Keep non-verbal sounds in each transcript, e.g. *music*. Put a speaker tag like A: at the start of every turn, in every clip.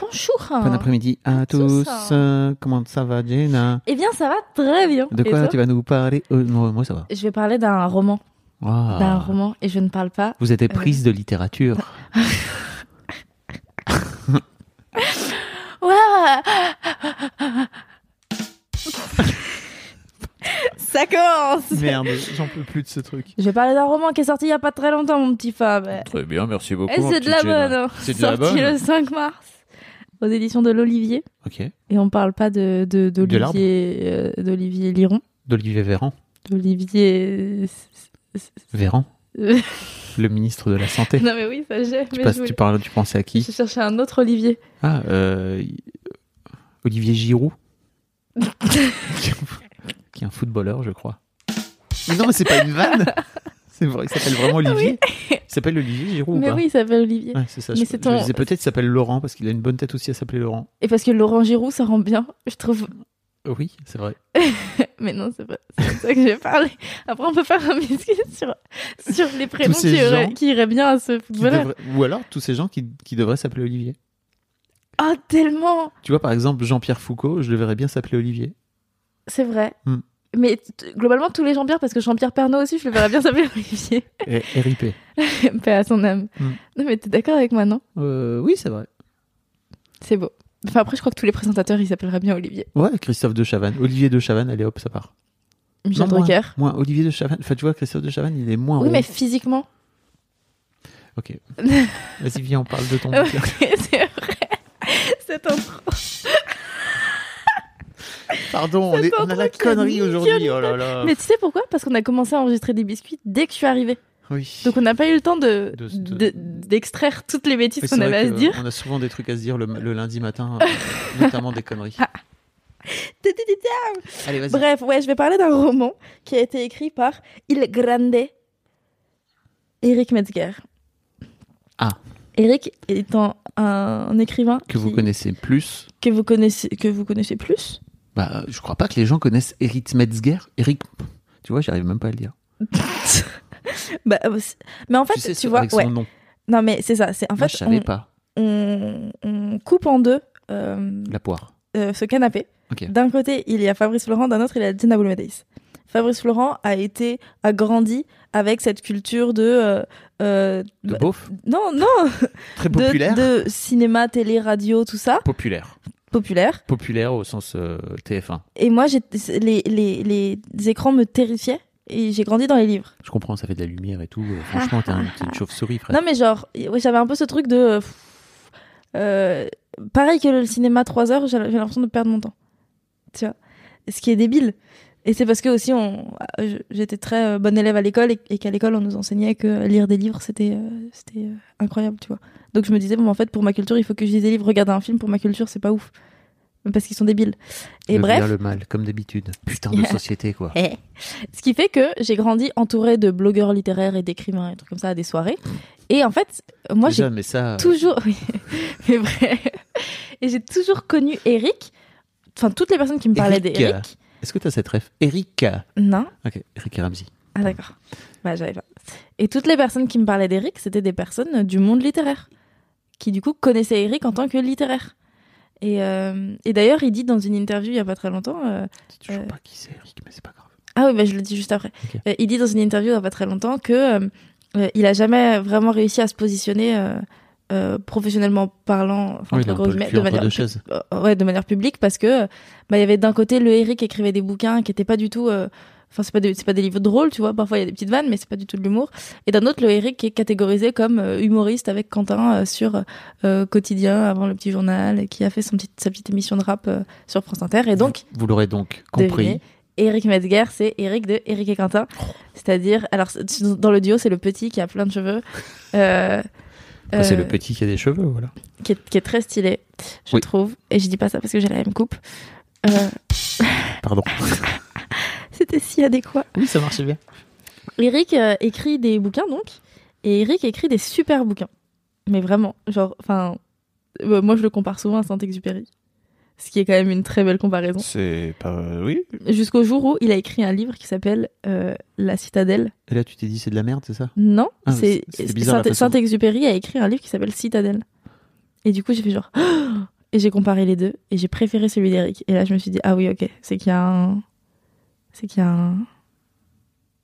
A: Bonjour.
B: Bon après-midi à
A: tous.
B: tous. Euh, Comment ça va, Jenna
A: Eh bien, ça va très bien.
B: De
A: hein. Et
B: quoi
A: toi
B: tu vas nous parler Euh, non, Moi, ça va.
A: Je vais parler d'un roman,
B: Ah.
A: d'un roman, Euh. et je ne parle pas.
B: Vous êtes prise de littérature.
A: *laughs* Ouah *laughs* Ça commence.
B: Merde, j'en peux plus de ce truc.
A: Je vais parler d'un roman qui est sorti il y a pas très longtemps, mon petit Fab.
B: Très bien, merci beaucoup.
A: Et c'est de la bonne. hein.
B: C'est de la
A: sorti
B: bonne.
A: le 5 mars aux éditions de l'Olivier.
B: Ok.
A: Et on parle pas de de-
B: De l'arbre.
A: d'Olivier euh, d'Olivier Liron,
B: D'Olivier Véran.
A: d'Olivier.
B: Véran,
A: Euh,
B: le ministre de la Santé.
A: non mais oui, ça j'ai.
B: tu,
A: mais
B: passes-
A: je, voulais-
B: tu parles, tu pensais à qui
A: je cherchais un autre Olivier.
B: Ah, euh,
A: *laughs*
B: Olivier Giroud. qui est un footballeur, je crois. Mais non, mais c'est pas une vanne. C'est vrai, il s'appelle vraiment Olivier. Il s'appelle Olivier Giroud
A: mais
B: ou pas
A: oui, il s'appelle Olivier.
B: Ouais, c'est ça.
A: Mais
B: je-
A: c'est ton-
B: je disais peut-être il s'appelle Laurent parce qu'il a une bonne tête aussi à s'appeler Laurent.
A: Et parce que Laurent Giroud, ça rend bien, je trouve.
B: Euh, Oui, c'est vrai.
A: Mais non, c'est pas c'est pas de ça que j'ai parlé. Après, on peut faire un biscuit sur, sur les prénoms
B: ces
A: qui, auraient-
B: gens
A: qui iraient bien à ce
B: Qui
A: footballeur.
B: devrait- Ou alors tous ces gens qui, qui devraient s'appeler Olivier.
A: Ah, tellement
B: Tu vois, par exemple, Jean-Pierre Foucault, je le verrais bien s'appeler Olivier.
A: C'est vrai.
B: Hmm.
A: Mais t- globalement, tous les Jean-Pierre, parce que Jean-Pierre Pernaud aussi, je le verrais bien s'appeler Olivier. *laughs*
B: Et RIP.
A: Paix à son âme.
B: Hmm.
A: Non, mais t'es d'accord avec moi, non
B: Euh, oui, c'est vrai.
A: C'est beau. Enfin, après, je crois que tous les présentateurs, ils s'appelleraient bien Olivier.
B: Ouais, Christophe de Chavannes. Olivier de Chavannes, allez hop, ça part.
A: Michel
B: Non, moi.
A: Drucker.
B: Moins Olivier de Chavannes. Enfin, tu vois, Christophe de Chavannes, il est moins
A: Oui,
B: rond.
A: mais physiquement.
B: Ok. Vas-y, viens, on parle
A: *laughs*
B: de ton
A: Ouais.
B: bouquin.
A: c'est vrai. Cette intro.
B: Pardon, on, est-
A: pas
B: on a
A: un
B: la
A: truc qui a
B: connerie
A: ni-
B: aujourd'hui.
A: ni-
B: Oh là là.
A: Mais tu sais pourquoi Parce qu'on a commencé à enregistrer des biscuits dès que je suis arrivée.
B: Oui.
A: Donc on n'a pas eu le temps de,
B: De- de-
A: de- d'extraire toutes les
B: Mais
A: bêtises
B: c'est
A: qu'on
B: vrai
A: avait à se
B: que
A: dire.
B: On a souvent des trucs à se dire le, le lundi matin,
A: *laughs*
B: euh, notamment des conneries. Allez, vas-y.
A: Ah, Bref, ouais, je vais parler d'un roman qui a été écrit par Il Grande, Eric Metzger.
B: Ah.
A: Eric étant un, un écrivain
B: Que vous
A: qui-
B: connaissez plus.
A: que vous connaissez que vous connaissez plus.
B: Bah, je crois pas que les gens connaissent Eric Metzger. Eric. Tu vois, j'arrive même pas à le dire.
A: Bah, euh, c'est- mais en fait,
B: tu
A: tu,
B: sais,
A: vois,
B: avec
A: ouais.
B: son nom.
A: Non, mais c'est ça. C'est en
B: Moi, je
A: fait,
B: savais
A: on-
B: pas.
A: on, on coupe en deux euh,
B: La poire.
A: euh, ce canapé.
B: Ok.
A: D'un côté, il y a Fabrice Florent, d'un autre, il y a Jenna Boulmedeis. Fabrice Florent a été, a grandi avec cette culture de. euh, euh,
B: De
A: bah,
B: beauf.
A: non, non,
B: Très populaire.
A: de, de cinéma, télé, radio, tout ça,
B: Populaire.
A: populaire.
B: Populaire au sens euh, TF1.
A: Et moi, j'ai- les, les, les écrans me terrifiaient et j'ai grandi dans les livres.
B: Je comprends, ça fait de la lumière et tout. Euh, Franchement, t'es un- t'es une chauve-souris, frère.
A: Ah, Non, mais genre, ouais, j'avais un peu ce truc de. euh, pff, euh, pareil que le cinéma 3 heures, j'ai j'ai l'impression de perdre mon temps. Tu vois Ce qui est débile. Et c'est parce que aussi, on, je- j'étais très euh, bonne élève à l'école et, et qu'à l'école, on nous enseignait que lire des livres, c'était euh, c'était euh, incroyable, tu vois. Donc je me disais, bon, en fait, pour ma culture, il faut que je lise des livres. Regarder un film, pour ma culture, c'est pas ouf. Parce qu'ils sont débiles. Et
B: Le
A: bref.
B: bien, le mal, comme d'habitude. Putain
A: *laughs*
B: de
A: Yeah.
B: société, quoi.
A: Ce qui fait que j'ai grandi entourée de blogueurs littéraires et d'écrivains et trucs comme ça à des soirées. Et en fait, moi, j'ai
B: Déjà, mais ça.
A: toujours, oui, *laughs* mais vrai. Et j'ai toujours connu Eric. Enfin, toutes les personnes qui me parlaient
B: Eric.
A: d'Eric.
B: Est-ce que t'as cette ref Eric.
A: Non.
B: Ok, Eric et Ramsey.
A: Ah, d'accord. Bah, j'avais pas. Et toutes les personnes qui me parlaient d'Eric, c'était des personnes du monde littéraire. Qui, du coup, connaissaient Eric en tant que littéraire. Et, euh, et d'ailleurs, il dit dans une interview il y a pas très longtemps. euh,
B: Je sais toujours
A: Euh.
B: pas qui c'est Eric, mais
A: Ah oui, bah, je le dis juste après.
B: Ok.
A: Euh, il dit dans une interview il n'y a pas très longtemps que euh, euh, il a jamais vraiment réussi à se positionner euh, euh, professionnellement parlant, enfin,
B: Oui,
A: entre
B: il a un peu
A: gros
B: le
A: guillemets,
B: cul entre
A: manière-
B: deux chaises.
A: euh, ouais, de manière publique parce que euh, bah, il y avait d'un côté le Eric qui écrivait des bouquins qui étaient pas du tout euh, enfin c'est pas des, c'est pas des livres drôles tu vois parfois il y a des petites vannes mais c'est pas du tout de l'humour et d'un autre le Eric qui est catégorisé comme euh, humoriste avec Quentin euh, sur euh, quotidien avant le petit journal et qui a fait son petite sa petite émission de rap euh, sur France Inter et donc
B: Vous l'aurez donc compris.
A: devinez, Eric Metzger, c'est Eric de Eric et Quentin. C'est-à-dire, alors c'est- dans le duo, c'est le petit qui a plein de cheveux. euh,
B: Enfin, Ah, C'est
A: euh,
B: le petit qui a des cheveux, voilà.
A: qui est, qui est très stylé, je
B: Oui.
A: trouve. Et je dis pas ça parce que j'ai la même coupe. Euh,
B: Pardon.
A: C'était si adéquat.
B: *laughs* oui, ça marchait bien.
A: Eric euh, écrit des bouquins donc, et Eric écrit des super bouquins. Mais vraiment, genre, enfin, euh, moi je le compare souvent à Saint-Exupéry, ce qui est quand même une très belle comparaison.
B: C'est pas. euh, Oui.
A: Jusqu'au jour où il a écrit un livre qui s'appelle euh, La Citadelle.
B: Et là, tu t'es dit, c'est de la merde, c'est ça
A: Non,
B: Ah,
A: c'est
B: c'était bizarre, la
A: Saint-
B: façon.
A: Saint-Exupéry a écrit un livre qui s'appelle Citadelle. Et du coup, j'ai fait genre. *gasps* Ah Et j'ai comparé les deux et j'ai préféré celui d'Eric. Et là, je me suis dit, ah oui, ok, c'est qu'il y a un. C'est qu'il y a un.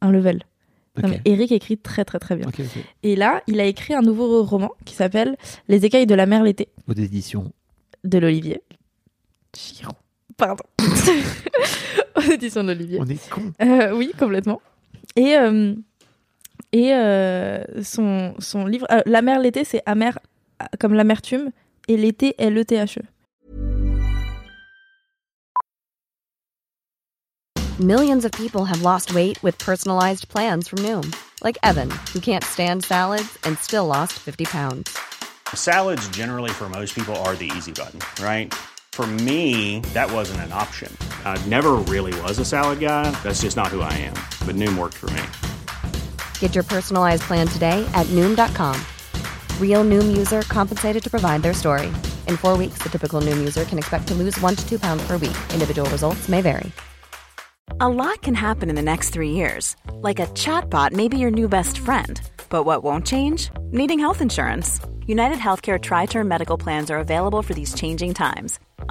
A: Un level.
B: Ok.
A: Non, mais Eric écrit très très très bien.
B: Ok, ok.
A: Et là, il a écrit un nouveau roman qui s'appelle Les écailles de la mer l'été
B: Aux éditions.
A: de l'Olivier. Giroud.
B: *laughs*
A: Pardon. Aux éditions de l'Olivier.
B: On est con.
A: Euh, oui, complètement. Et, euh, et euh, son, son livre, euh, La mer l'été, c'est amer euh, comme l'amertume, et l'été est l'ETHE.
C: Millions of people have lost weight with personalized plans from Noom, like Evan, who can't stand salads and still lost 50 pounds.
D: Salads, generally, for most people, are the easy button, right? For me, that wasn't an option. I never really was a salad guy. That's just not who I am. But Noom worked for me.
C: Get your personalized plan today at Noom.com. Real Noom user compensated to provide their story. In four weeks, the typical Noom user can expect to lose one to two pounds per week. Individual results may vary.
E: A lot can happen in the next three years. Like a chatbot may be your new best friend. But what won't change? Needing health insurance. United Healthcare Tri Term Medical Plans are available for these changing times.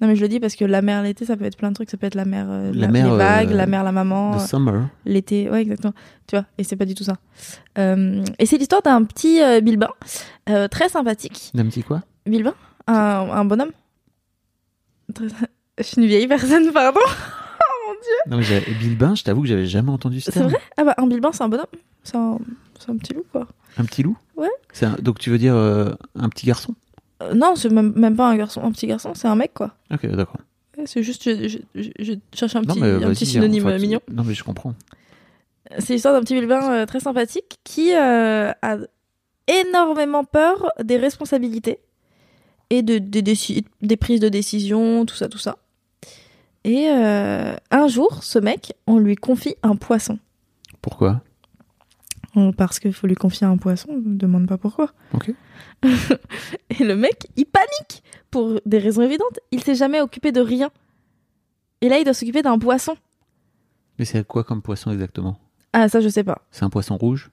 A: Non, mais je le dis parce que la mer l'été, ça peut être plein de trucs. Ça peut être la mer, euh,
B: La
A: la-
B: mer,
A: les vagues,
B: euh,
A: la mer, la maman,
B: The
A: euh,
B: Summer.
A: l'été. Ouais, exactement. Tu vois, et c'est pas du tout ça. Euh, et c'est l'histoire d'un petit euh, Bilbin, euh, très sympathique.
B: D'un petit quoi
A: Bilbin un, un bonhomme Très- Je suis une vieille personne, pardon.
B: Non, mais j'avais- Bilbin, je t'avoue que j'avais jamais entendu ça.
A: C'est vrai Ah bah un bilbin c'est un bonhomme, c'est un, c'est un petit loup quoi.
B: Un petit loup
A: Ouais.
B: C'est un- Donc, tu veux dire euh, un petit garçon
A: Euh, non c'est même, même pas un garçon, un petit garçon, c'est un mec quoi.
B: Ok, d'accord.
A: Ouais, C'est juste je, je- je- je cherche un
B: Non,
A: petit,
B: mais
A: un
B: vas-y,
A: petit synonyme
B: enfin,
A: euh,
B: tu-
A: mignon.
B: Non, mais je comprends.
A: C'est l'histoire d'un petit bilbin euh, très sympathique qui euh, a énormément peur des responsabilités et de, des déci- des prises de décision, tout ça, tout ça. Et euh, un jour, ce mec, on lui confie un poisson.
B: Pourquoi
A: Oh, Parce qu'il faut lui confier un poisson, je me demande pas pourquoi.
B: Ok.
A: *laughs* et le mec, il panique pour des raisons évidentes. Il s'est jamais occupé de rien. Et là, il doit s'occuper d'un poisson.
B: Mais c'est quoi comme poisson exactement
A: Ah, ça, je sais pas.
B: C'est un poisson rouge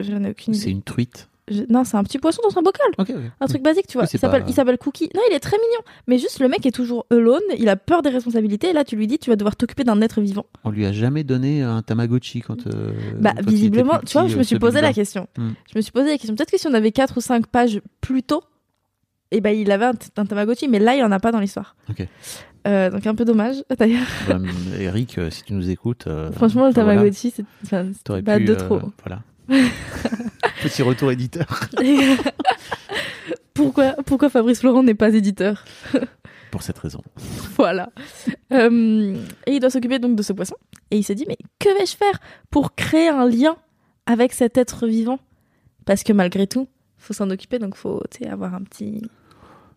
A: J'en ai aucune
B: C'est
A: idée.
B: une truite
A: Je- Non, c'est un petit poisson dans un bocal.
B: Ok, ok.
A: Un truc basique, tu vois.
B: Oui, c'est
A: il s'appelle
B: pas-
A: il s'appelle Cookie. Non, il est très mignon. Mais juste, le mec est toujours alone. Il a peur des responsabilités. Et là, tu lui dis, tu vas devoir t'occuper d'un être vivant.
B: On lui a jamais donné un Tamagotchi quand. euh,
A: Bah,
B: quand il était
A: visiblement,
B: plus
A: tu vois,
B: petit,
A: je
B: euh,
A: me suis
B: ce
A: posé la
B: Bilbin.
A: question.
B: Hmm.
A: Je me suis posé la question. Peut-être que si on avait 4 ou 5 pages plus tôt, eh ben, il avait un, t- un Tamagotchi, mais là, il en a pas dans l'histoire.
B: Ok.
A: Euh, donc, un peu dommage, *laughs* d'ailleurs.
B: Bah, Eric, euh, si tu nous écoutes. euh,
A: Franchement, le
B: enfin, voilà,
A: Tamagotchi, c'est- enfin,
B: t'aurais
A: c'est pas
B: pu,
A: de
B: euh,
A: trop. *laughs*
B: Voilà. *laughs* Petit retour éditeur.
A: pourquoi, pourquoi Fabrice Florent n'est pas éditeur
B: Pour cette raison.
A: *laughs* Voilà. Euh, et il doit s'occuper donc de ce poisson. Et il se dit, mais que vais-je faire pour créer un lien avec cet être vivant Parce que malgré tout, faut s'en occuper, donc faut tu sais, avoir un petit...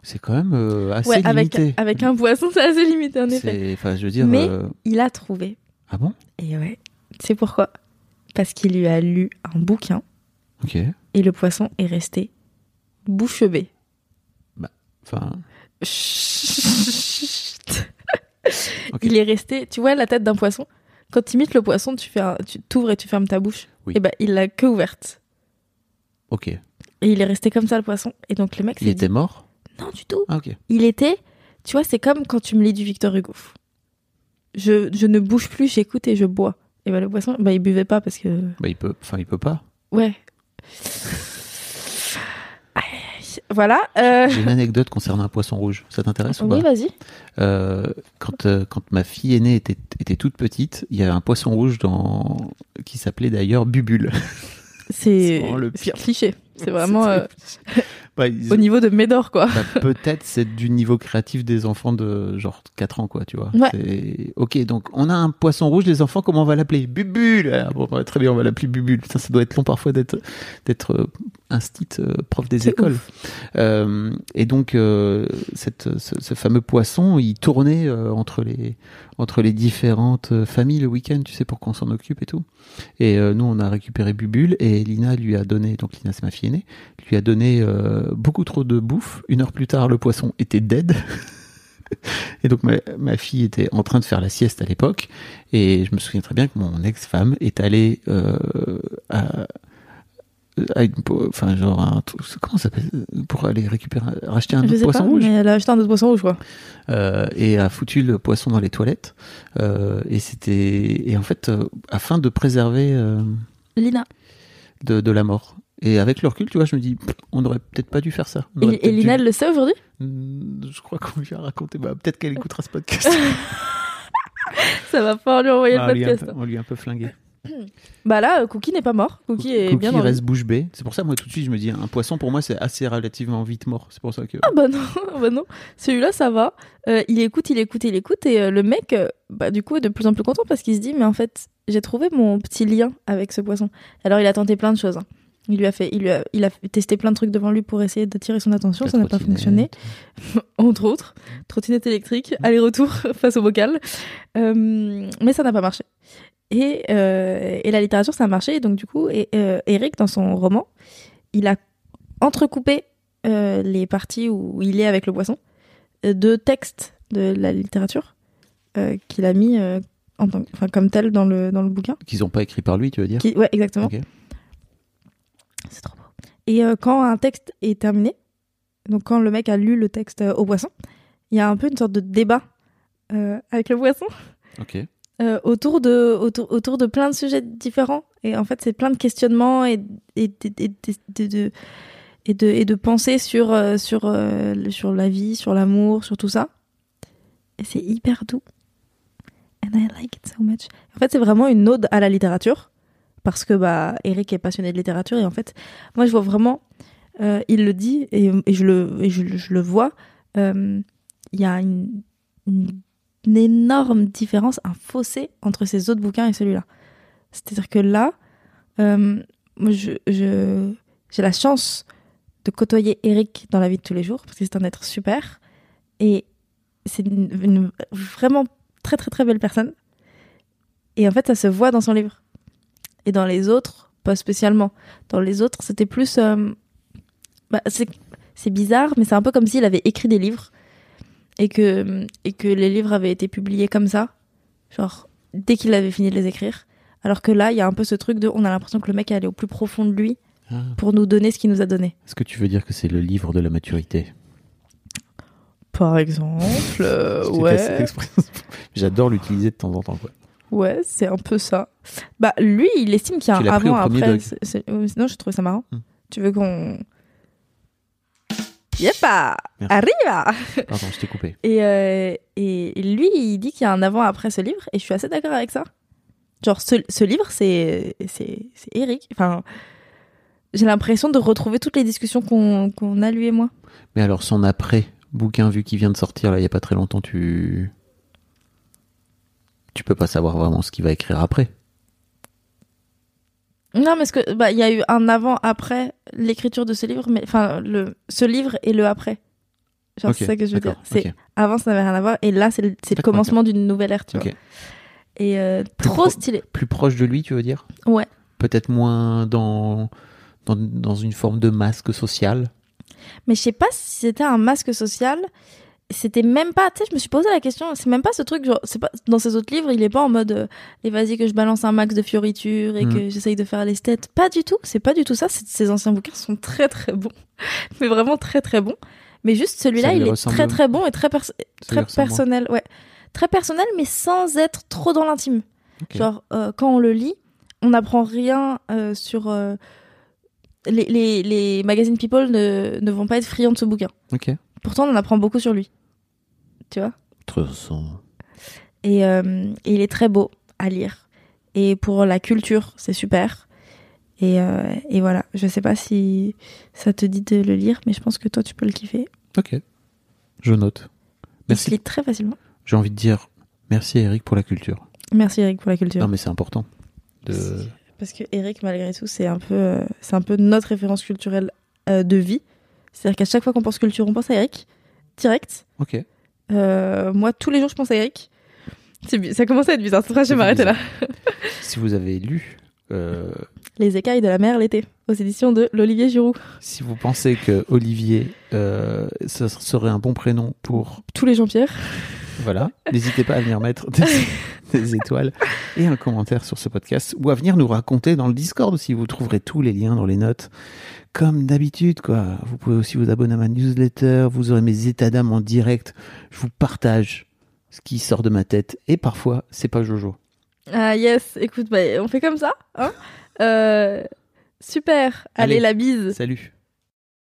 B: C'est quand même euh, assez
A: Ouais, avec,
B: limité.
A: avec un poisson, *laughs* c'est assez limité, en effet.
B: C'est- Enfin, je veux dire.
A: Mais-
B: euh,
A: Il a trouvé.
B: Ah bon
A: Et ouais. C'est pourquoi Parce qu'il lui a lu un bouquin
B: Ok.
A: et le poisson est resté Bouche bée.
B: Enfin,
A: Chut.
B: Ok.
A: Il est resté, tu vois la tête d'un poisson. Quand tu imites le poisson, tu fais un- tu t'ouvres et tu fermes ta bouche.
B: Oui.
A: Et ben il l'a que ouverte.
B: ok.
A: Et il est resté comme ça le poisson. Et donc le mec
B: Il
A: s'est
B: était mort
A: dit, non du tout.
B: Ah, ok.
A: Il était, tu vois, c'est comme quand tu me lis du Victor Hugo. Je, je ne bouge plus, j'écoute et je bois. Et ben le poisson, bah il buvait pas parce que
B: Bah, il peut, enfin, il peut pas.
A: ouais. Aïe, aïe, aïe. voilà. euh, *laughs*
B: J'ai une anecdote concernant un poisson rouge. Ça t'intéresse ou pas
A: Oui, vas-y.
B: Euh, quand, euh, quand ma fille aînée était, était toute petite, il y avait un poisson rouge dans... qui s'appelait d'ailleurs Bubule.
A: C'est
B: C'est vraiment le
A: c'est
B: pire.
A: cliché. C'est vraiment euh,
B: Bah, ils-
A: au niveau de Médor quoi.
B: bah, Peut-être c'est du niveau créatif des enfants de genre 4 ans, quoi, tu vois.
A: Ouais.
B: C'est- Ok, donc on a un poisson rouge, les enfants, comment on va l'appeler Bubule Ah, Bon, bah, très bien, on va l'appeler Bubule. Putain, ça doit être long parfois d'être d'être euh, instit euh, prof des
A: C'est
B: écoles. Euh, et donc, euh, cette, ce, ce fameux poisson, il tournait euh, entre, les, entre les différentes euh, familles le week-end, tu sais, pour qu'on s'en occupe et tout. Et euh, nous, on a récupéré Bubule et Lina lui a donné, donc Lina, c'est ma fille aînée, lui a donné euh, beaucoup trop de bouffe. Une heure plus tard, le poisson était dead. *laughs* Et donc ma, ma fille était en train de faire la sieste à l'époque, et je me souviens très bien que mon ex-femme est allée euh, à, à une, po- enfin genre un, truc- comment ça s'appelle pour aller récupérer, un- racheter un
A: Je
B: autre
A: sais
B: poisson
A: pas,
B: rouge
A: mais elle a acheté un autre poisson rouge, quoi.
B: euh, et a foutu le poisson dans les toilettes. Euh, et c'était et en fait euh, afin de préserver euh,
A: Lina.
B: de, de la mort. Et avec le recul, tu vois, je me dis, pff, on aurait peut-être pas dû faire ça. On
A: Et,
B: aurait
A: et
B: peut-être dû-
A: Lina, elle le sait aujourd'hui
B: Hmm, Je crois qu'on lui a raconté. Bah, peut-être qu'elle écoutera
A: *laughs*
B: ce podcast.
A: Ça va pas lui envoyer
B: Ah,
A: le
B: on, lui a un
A: podcast.
B: peu, on lui a un peu flingué.
A: Bah là, euh, Cookie n'est pas mort. Cookie est
B: Cookie
A: bien dans
B: reste bouche bée. C'est pour ça, moi, tout de suite, je me dis, un poisson, pour moi, c'est assez relativement vite mort. C'est pour ça que.
A: Ah bah non, *laughs* bah non. Celui-là, ça va. Euh, il écoute, il écoute, il écoute. Et euh, le mec, euh, bah du coup, est de plus en plus content parce qu'il se dit, mais en fait, j'ai trouvé mon petit lien avec ce poisson. Alors, il a tenté plein de choses. hein. Il lui a fait, il lui a, il a testé plein de trucs devant lui pour essayer d'attirer son attention.
B: La
A: Ça n'a pas
B: trottinette.
A: fonctionné. *laughs* entre autres, trottinette électrique, aller-retour *laughs* face au bocal. Euh, mais ça n'a pas marché. Et, euh, et la littérature, ça a marché. Et donc, du coup, et, euh, Eric, dans son roman, il a entrecoupé euh, les parties où il est avec le poisson euh, de textes de la littérature euh, qu'il a mis euh, en tant- enfin, comme tel dans le, dans le bouquin.
B: Qu'ils ont pas écrit par lui, tu veux dire
A: Qui- ouais, exactement.
B: Ok.
A: C'est trop beau. Et euh, quand un texte est terminé, donc quand le mec a lu le texte euh, au poisson, il y a un peu une sorte de débat euh, avec le poisson
B: Ok.
A: euh, autour, de, autour, autour de plein de sujets différents. Et en fait, c'est plein de questionnements et, et, et- et- et- de, de- et, de, et de pensées sur, euh, sur, euh, le- sur la vie, sur l'amour, sur tout ça. Et c'est hyper doux. And I like it so much. En fait, c'est vraiment une ode à la littérature. Parce que bah, Eric est passionné de littérature. Et en fait, moi, je vois vraiment. euh, il le dit et, et je, le, et je, le- je le vois. euh, Il y a une- une une énorme différence, un fossé entre ses autres bouquins et celui-là. C'est-à-dire que là, euh, moi, je- je- j'ai la chance de côtoyer Eric dans la vie de tous les jours, parce que c'est un être super. Et c'est une, une vraiment très très très belle personne. Et en fait, ça se voit dans son livre. Et dans les autres, pas spécialement. Dans les autres, c'était plus... euh, bah, c'est c'est bizarre, mais c'est un peu comme s'il avait écrit des livres et que, et que les livres avaient été publiés comme ça, genre dès qu'il avait fini de les écrire. Alors que là, il y a un peu ce truc de on a l'impression que le mec est allé au plus profond de lui
B: Ah.
A: pour nous donner ce qu'il nous a donné.
B: Est-ce que tu veux dire que c'est le livre de la maturité
A: Par exemple, euh,
B: Je déteste cette
A: ouais,
B: expression. J'adore l'utiliser de temps en temps. Quoi.
A: ouais, c'est un peu ça. Bah lui, il estime qu'il y a
B: Tu
A: un
B: l'as pris
A: avant,
B: au premier
A: après.
B: dog.
A: c'est- c'est- euh, Non, je trouvais ça marrant.
B: Hmm.
A: Tu veux qu'on Yepa,
B: Merci.
A: arrive
B: Pardon, je t'ai coupé.
A: Et, euh, et lui, il dit qu'il y a un avant-après ce livre, et je suis assez d'accord avec ça. Genre, ce, ce livre, c'est c'est c'est Eric. Enfin, j'ai l'impression de retrouver toutes les discussions qu'on qu'on a, lui et moi.
B: Mais alors, son après-bouquin, vu qu'il vient de sortir, là, il n'y a pas très longtemps, tu. Tu peux pas savoir vraiment ce qu'il va écrire après.
A: Non, mais ce que bah, il y a eu un avant-après l'écriture de ce livre, mais enfin, le ce livre et le après. Genre,
B: Ok,
A: c'est ça que je veux dire.
B: d'accord,
A: C'est
B: ok.
A: avant, ça n'avait rien à voir, et là, c'est le, c'est le
B: D'accord,
A: commencement d'une nouvelle ère, tu
B: Ok.
A: vois. Et euh,
B: Plus
A: trop
B: pro-
A: stylé.
B: Plus proche de lui, tu veux dire
A: Ouais.
B: Peut-être moins dans, dans, dans une forme de masque social.
A: Mais je sais pas si c'était un masque social. C'était même pas, tu sais, je me suis posé la question, c'est même pas ce truc, genre, c'est pas, dans ses autres livres, il est pas en mode, euh, et vas-y que je balance un max de fioritures et
B: Mm.
A: que j'essaye de faire les stats. Pas du tout, c'est pas du tout ça. C'est- Ses anciens bouquins sont très très bons. *laughs* Mais vraiment très très bons. Mais juste celui-là,
B: Ça lui
A: il est
B: ressemble.
A: très très bon et très, pers-
B: Ça lui
A: très
B: ressemble moins.
A: personnel, ouais. Très personnel, mais sans être trop dans l'intime.
B: Ok.
A: Genre, euh, quand on le lit, on n'apprend rien euh, sur. euh, les, les, les magazines People ne, ne vont pas être friands de ce bouquin.
B: Ok.
A: Pourtant, on en apprend beaucoup sur lui. Tu vois
B: Très son.
A: et, euh, et il est très beau à lire. Et pour la culture, c'est super. Et, euh, et voilà, je sais pas si ça te dit de le lire, mais je pense que toi, tu peux le kiffer.
B: Ok. Je note.
A: Il se
B: Merci.
A: lit très facilement.
B: J'ai envie de dire merci à Eric pour la culture.
A: Merci Eric pour la culture.
B: Non, mais c'est important. De...
A: Parce que Eric, malgré tout, c'est un peu, euh, c'est un peu notre référence culturelle euh, de vie. C'est-à-dire qu'à chaque fois qu'on pense culture, on pense à Eric, direct.
B: Ok.
A: Euh, moi, tous les jours, je pense à Eric. C'est bi- Ça commence à être bizarre. C'est pour ça que je vais
B: Ça
A: m'arrêter
B: fait
A: là.
B: bizarre. Si vous avez lu, euh,
A: Les écailles de la mer l'été, aux éditions de l'Olivier Giroud.
B: si vous pensez que Olivier, euh, ce serait un bon prénom pour.
A: Tous les Jean-Pierre.
B: Voilà. *laughs* N'hésitez pas à venir mettre des, des étoiles et un commentaire sur ce podcast ou à venir nous raconter dans le Discord aussi. Vous trouverez tous les liens dans les notes. Comme d'habitude, quoi. Vous pouvez aussi vous abonner à ma newsletter. Vous aurez mes états d'âme en direct. Je vous partage ce qui sort de ma tête et parfois, c'est pas Jojo.
A: Ah yes, écoute, bah, on fait comme ça. Hein Euh, super. Allez,
B: Allez.
A: la bise.
B: Salut.